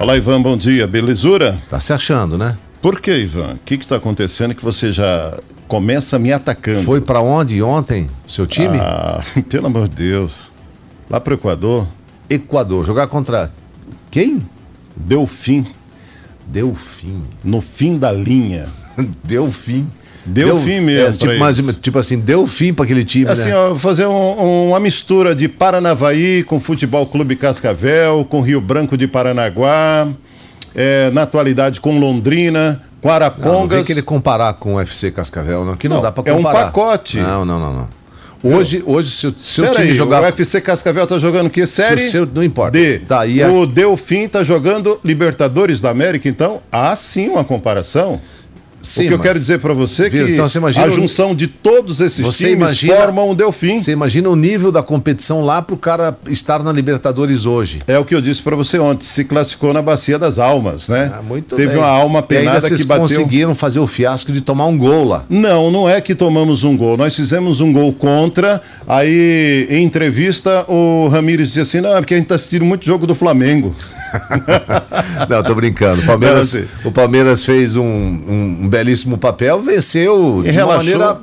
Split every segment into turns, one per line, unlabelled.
Olá, Ivan, bom dia. Belezura?
Tá se achando, né?
Por que, Ivan? O que está acontecendo que você já começa me atacando?
Foi pra onde ontem, seu time?
Ah, pelo amor de Deus. Lá pro Equador,
Equador, jogar contra quem?
deu fim,
Deu fim.
no fim da linha.
Deu fim.
Deu fim mesmo pra
tipo, mas,
eles.
tipo assim, deu fim pra aquele time,
Assim,
né?
ó, fazer um- uma mistura de Paranavaí com Futebol Clube Cascavel, com Rio Branco de Paranaguá, eh, na atualidade com Londrina, com
não, não Ah, vem
Arapongas.
querer comparar com o FC Cascavel, não, que não,
Não,
dá pra
é um
comparar.
pacote.
Não, não, não, não. Hoje, hoje se o seu
Pera
time
aí,
jogar...
o FC Cascavel tá jogando que série?
seu- não importa.
D.
Tá, e a-
O Delfim tá jogando Libertadores da América, então há sim uma comparação.
Sim,
o que eu
mas
quero dizer para você é que
Viu? Então, você imagina-
a junção de todos esses
Você
times
imagina-
formam o Delfim.
Você imagina o nível da competição lá pro cara estar na Libertadores hoje.
É o que eu disse para você ontem, se classificou na Bacia das Almas, né?
Ah, muito
Teve
bem.
uma alma
e ainda
penada
vocês
que bateu.
conseguiram fazer o fiasco de tomar um gol lá.
Não, não é que tomamos um gol. Nós fizemos um gol contra. Aí, em entrevista, o Ramires disse assim: não, é porque a gente está assistindo muito jogo do Flamengo.
Não, tô brincando. O Palmeiras,
Não, assim-
o Palmeiras fez um, um- um belíssimo papel, venceu de uma
relaxou.
maneira.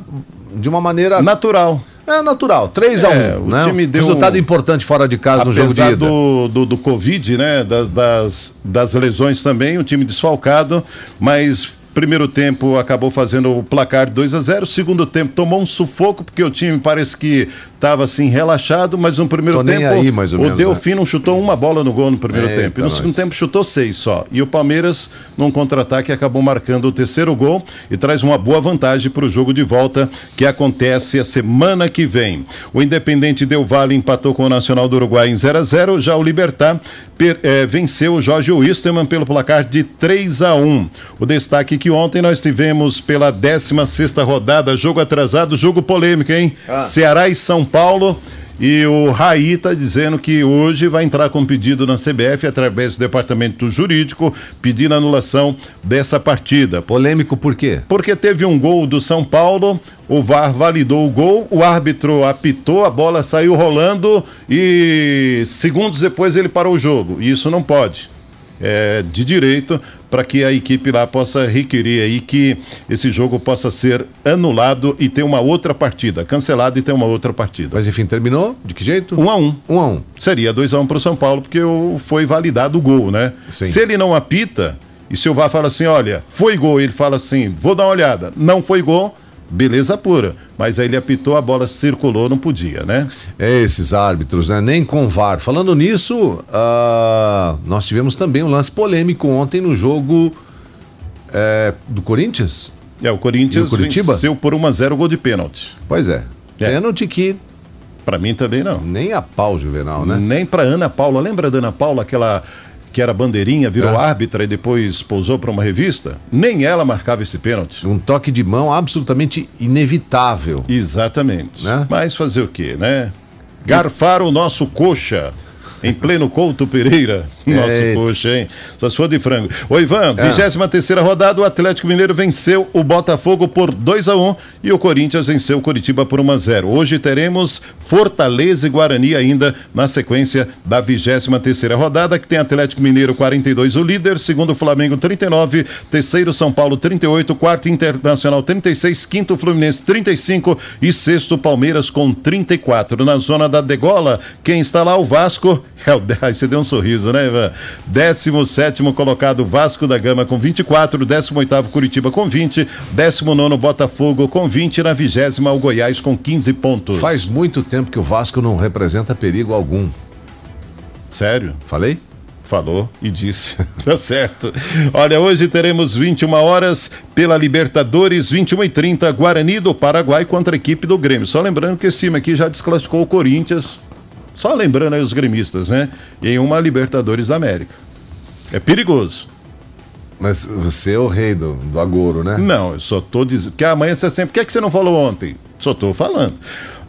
De uma maneira
Natural.
é, natural, 3 a 1
É, o
né?
time deu
Resultado
um-
importante fora de casa no jogo de
Apesar
ida.
do, do, do Covid, né? Das, das, das lesões também, o time desfalcado, mas. Primeiro tempo acabou fazendo o placar de 2 a 0 segundo tempo tomou um sufoco, porque o time parece que estava assim relaxado, mas no primeiro
Tô nem
tempo
aí, mais ou
o
menos, né?
Delfim não chutou uma bola no gol no primeiro
Eita,
tempo. E no segundo
nós.
tempo chutou seis só. E o Palmeiras, num contra-ataque, acabou marcando o terceiro gol e traz uma boa vantagem para o jogo de volta que acontece a semana que vem. O Independente Del Vale empatou com o Nacional do Uruguai em 0 a 0 Já o Libertar per- eh, venceu o Jorge Wisterman pelo placar de 3 a 1 O destaque que ontem nós tivemos pela 16 sexta rodada, jogo atrasado, jogo polêmico, hein?
Ah.
Ceará e São Paulo. E o Raí está dizendo que hoje vai entrar com pedido na CBF através do departamento jurídico pedindo a anulação dessa partida.
Polêmico por quê?
Porque teve um gol do São Paulo, o VAR validou o gol, o árbitro apitou, a bola saiu rolando e segundos depois ele parou o jogo. E isso não pode. É de direito para que a equipe lá possa requerer aí que esse jogo possa ser anulado e ter uma outra partida, cancelado e ter uma outra partida.
Mas enfim, terminou? De que jeito?
Um a um.
1 a 1
Seria 2x1 um para o São Paulo, porque o- foi validado o gol, né?
Sim.
Se ele não apita, e se o VAR fala assim, olha, foi gol, ele fala assim, vou dar uma olhada, não foi gol, beleza pura. Mas aí ele apitou, a bola circulou, não podia, né?
É Esses árbitros, né? Nem com VAR. Falando nisso, ah, nós tivemos também um lance polêmico ontem no jogo eh, do Corinthians.
É, o
E o
Corinthians
Curitiba?
venceu por 1x0 gol de pênalti.
Pois é.
É.
Pênalti que
Para mim também não.
nem a pau, Juvenal, né?
Nem para Ana Paula, lembra da Ana Paula, aquela que era bandeirinha, virou
É.
árbitra e depois pousou para uma revista? Nem ela marcava esse pênalti.
Um toque de mão absolutamente inevitável.
Exatamente.
Né?
Mas fazer o quê, né? Garfar o nosso coxa. Em pleno Couto Pereira, nosso
Eita. É.
coxa, hein? Só se for de frango. Ô, Ivan, 23 rodada, o Atlético Mineiro venceu o Botafogo por 2 a 1 e o Corinthians venceu o Curitiba por 1 a 0 Hoje teremos Fortaleza e Guarani ainda na sequência da 23 rodada, que tem Atlético Mineiro 42, o líder, segundo o Flamengo 39, terceiro São Paulo 38, quarto Internacional 36, quinto Fluminense 35 e sexto Palmeiras com 34. Na zona da degola, quem está lá? O Vasco. É o... Aí você deu um sorriso, né, Ivan? 17 colocado Vasco da Gama com 24, 18 Curitiba com 20, 19 Botafogo com 20, na vigésima o Goiás com 15 pontos.
Faz muito tempo que o Vasco não representa perigo algum.
Sério?
Falei?
Falou e disse. tá certo. Olha, hoje teremos 21 horas pela Libertadores, 21 e 30 Guarani do Paraguai contra a equipe do Grêmio. Só lembrando que esse time aqui já desclassificou o Corinthians. Só lembrando aí os gremistas, né? Em uma Libertadores da América. É perigoso.
Mas você é o rei do, do agouro, né?
Não, eu só tô dizendo. Porque amanhã você sempre. Por que, é que você não falou ontem? Só tô falando.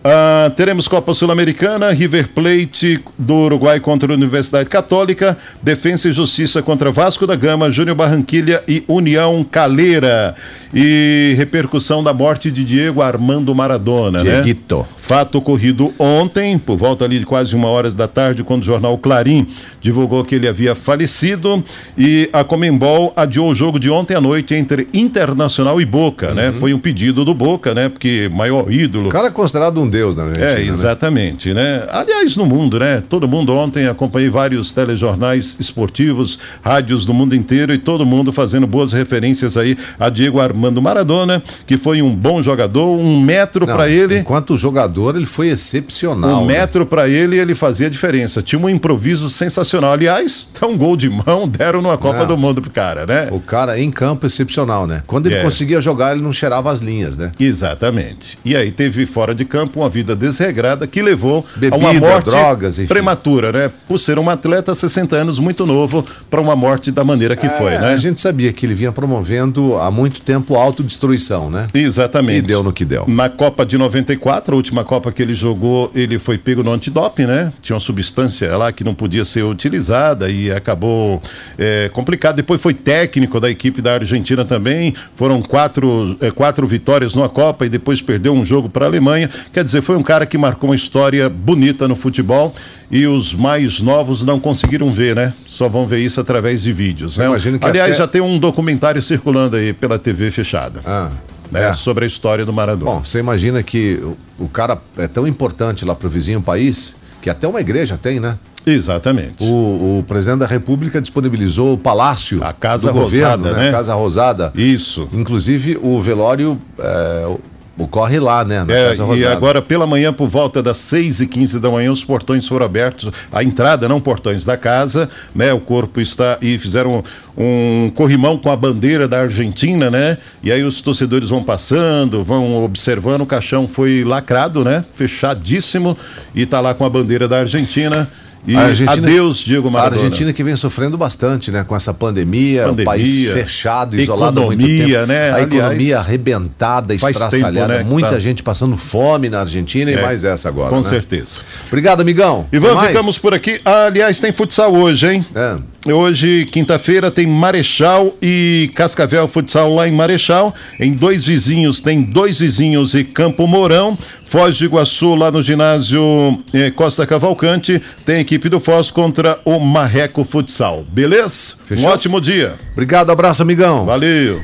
Ah, teremos Copa Sul-Americana, River Plate do Uruguai contra a Universidade Católica, Defensa e Justiça contra Vasco da Gama, Júnior Barranquilha e União Caleira. E repercussão da morte de Diego Armando Maradona,
Dieguito.
né? Fato ocorrido ontem, por volta ali de quase uma hora da tarde, quando o jornal Clarim divulgou que ele havia falecido e a Comembol adiou o jogo de ontem à noite entre Internacional e Boca, né?
Uhum.
Foi um pedido do Boca, né? Porque maior ídolo
O cara é considerado um deus na Argentina.
é,
né?
exatamente, né? Aliás, no mundo, né? Todo mundo ontem acompanhei vários telejornais esportivos, rádios do mundo inteiro e todo mundo fazendo boas referências aí a Diego Armando Maradona, que foi um bom jogador, um metro
Não,
para ele,
Enquanto jogador, ele foi excepcional.
um
né?
metro para ele, ele fazia diferença. Tinha um improviso sensacional. Aliás, tá um gol de mão deram numa Copa
Não.
do Mundo pro cara, né?
É. O cara em campo excepcional, né? Quando ele
É.
conseguia jogar, ele não cheirava as linhas, né?
Exatamente. E aí teve fora de campo uma vida desregrada que levou
Bebida,
a uma morte
drogas, enfim.
prematura, né? Por ser um atleta 60 anos muito novo para uma morte da maneira que foi,
É,
né?
A gente sabia que ele vinha promovendo há muito tempo a autodestruição, né?
Exatamente.
E deu no que deu.
Na Copa de 94, a última Copa que ele jogou, ele foi pego no antidoping, né? Tinha uma substância lá que não podia ser utilizada e acabou é, complicado. Depois foi técnico da equipe da Argentina também. Foram quatro, é, quatro vitórias numa Copa e depois perdeu um jogo para a Alemanha. Quer dizer, foi um cara que marcou uma história bonita no futebol e os mais novos não conseguiram ver, né? Só vão ver isso através de vídeos, né?
Eu imagino que
Aliás,
até-
já tem um documentário circulando aí pela TV fechada
Ah,
né,
é.
sobre a história do Maradona.
Bom, você imagina que o, o cara é tão importante lá pro vizinho país, que até uma igreja tem, né?
Exatamente.
O, o presidente da República disponibilizou o palácio.
A Casa
do
Rosada, né?
A Casa Rosada.
Isso.
Inclusive, o velório é, o- ocorre lá, né? Na
É,
Casa
e
Rosada.
agora pela manhã, por volta das 6 e 15 da manhã, os portões foram abertos, a entrada, não portões da casa, né? O corpo está. E fizeram um corrimão com a bandeira da Argentina, né? E aí os torcedores vão passando, vão observando, o caixão foi lacrado, né? Fechadíssimo, e tá lá com a bandeira da Argentina. E
A Argentina-
adeus, Diego
A
Maradona.
Argentina que vem sofrendo bastante, né? Com essa pandemia, o
Pandemia,
país fechado, isolado há muito
economia,
tempo.
né?
A
Aliás,
economia arrebentada,
faz
estraçalhada.
tempo, né, que
Muita
tá-
gente passando fome na Argentina e
É,
mais essa agora.
Com
né?
certeza.
Obrigado, amigão.
Ivan,
Até mais.
ficamos por aqui. Ah, aliás, tem futsal hoje, hein?
É.
Hoje, quinta-feira, tem Marechal e Cascavel Futsal lá em Marechal. Em dois vizinhos, tem dois vizinhos e Campo Mourão. Foz de Iguaçu, lá no ginásio eh, Costa Cavalcante, tem a equipe do Foz contra o Marreco Futsal. Beleza?
Fechou?
Um ótimo dia.
Obrigado, abraço, amigão.
Valeu.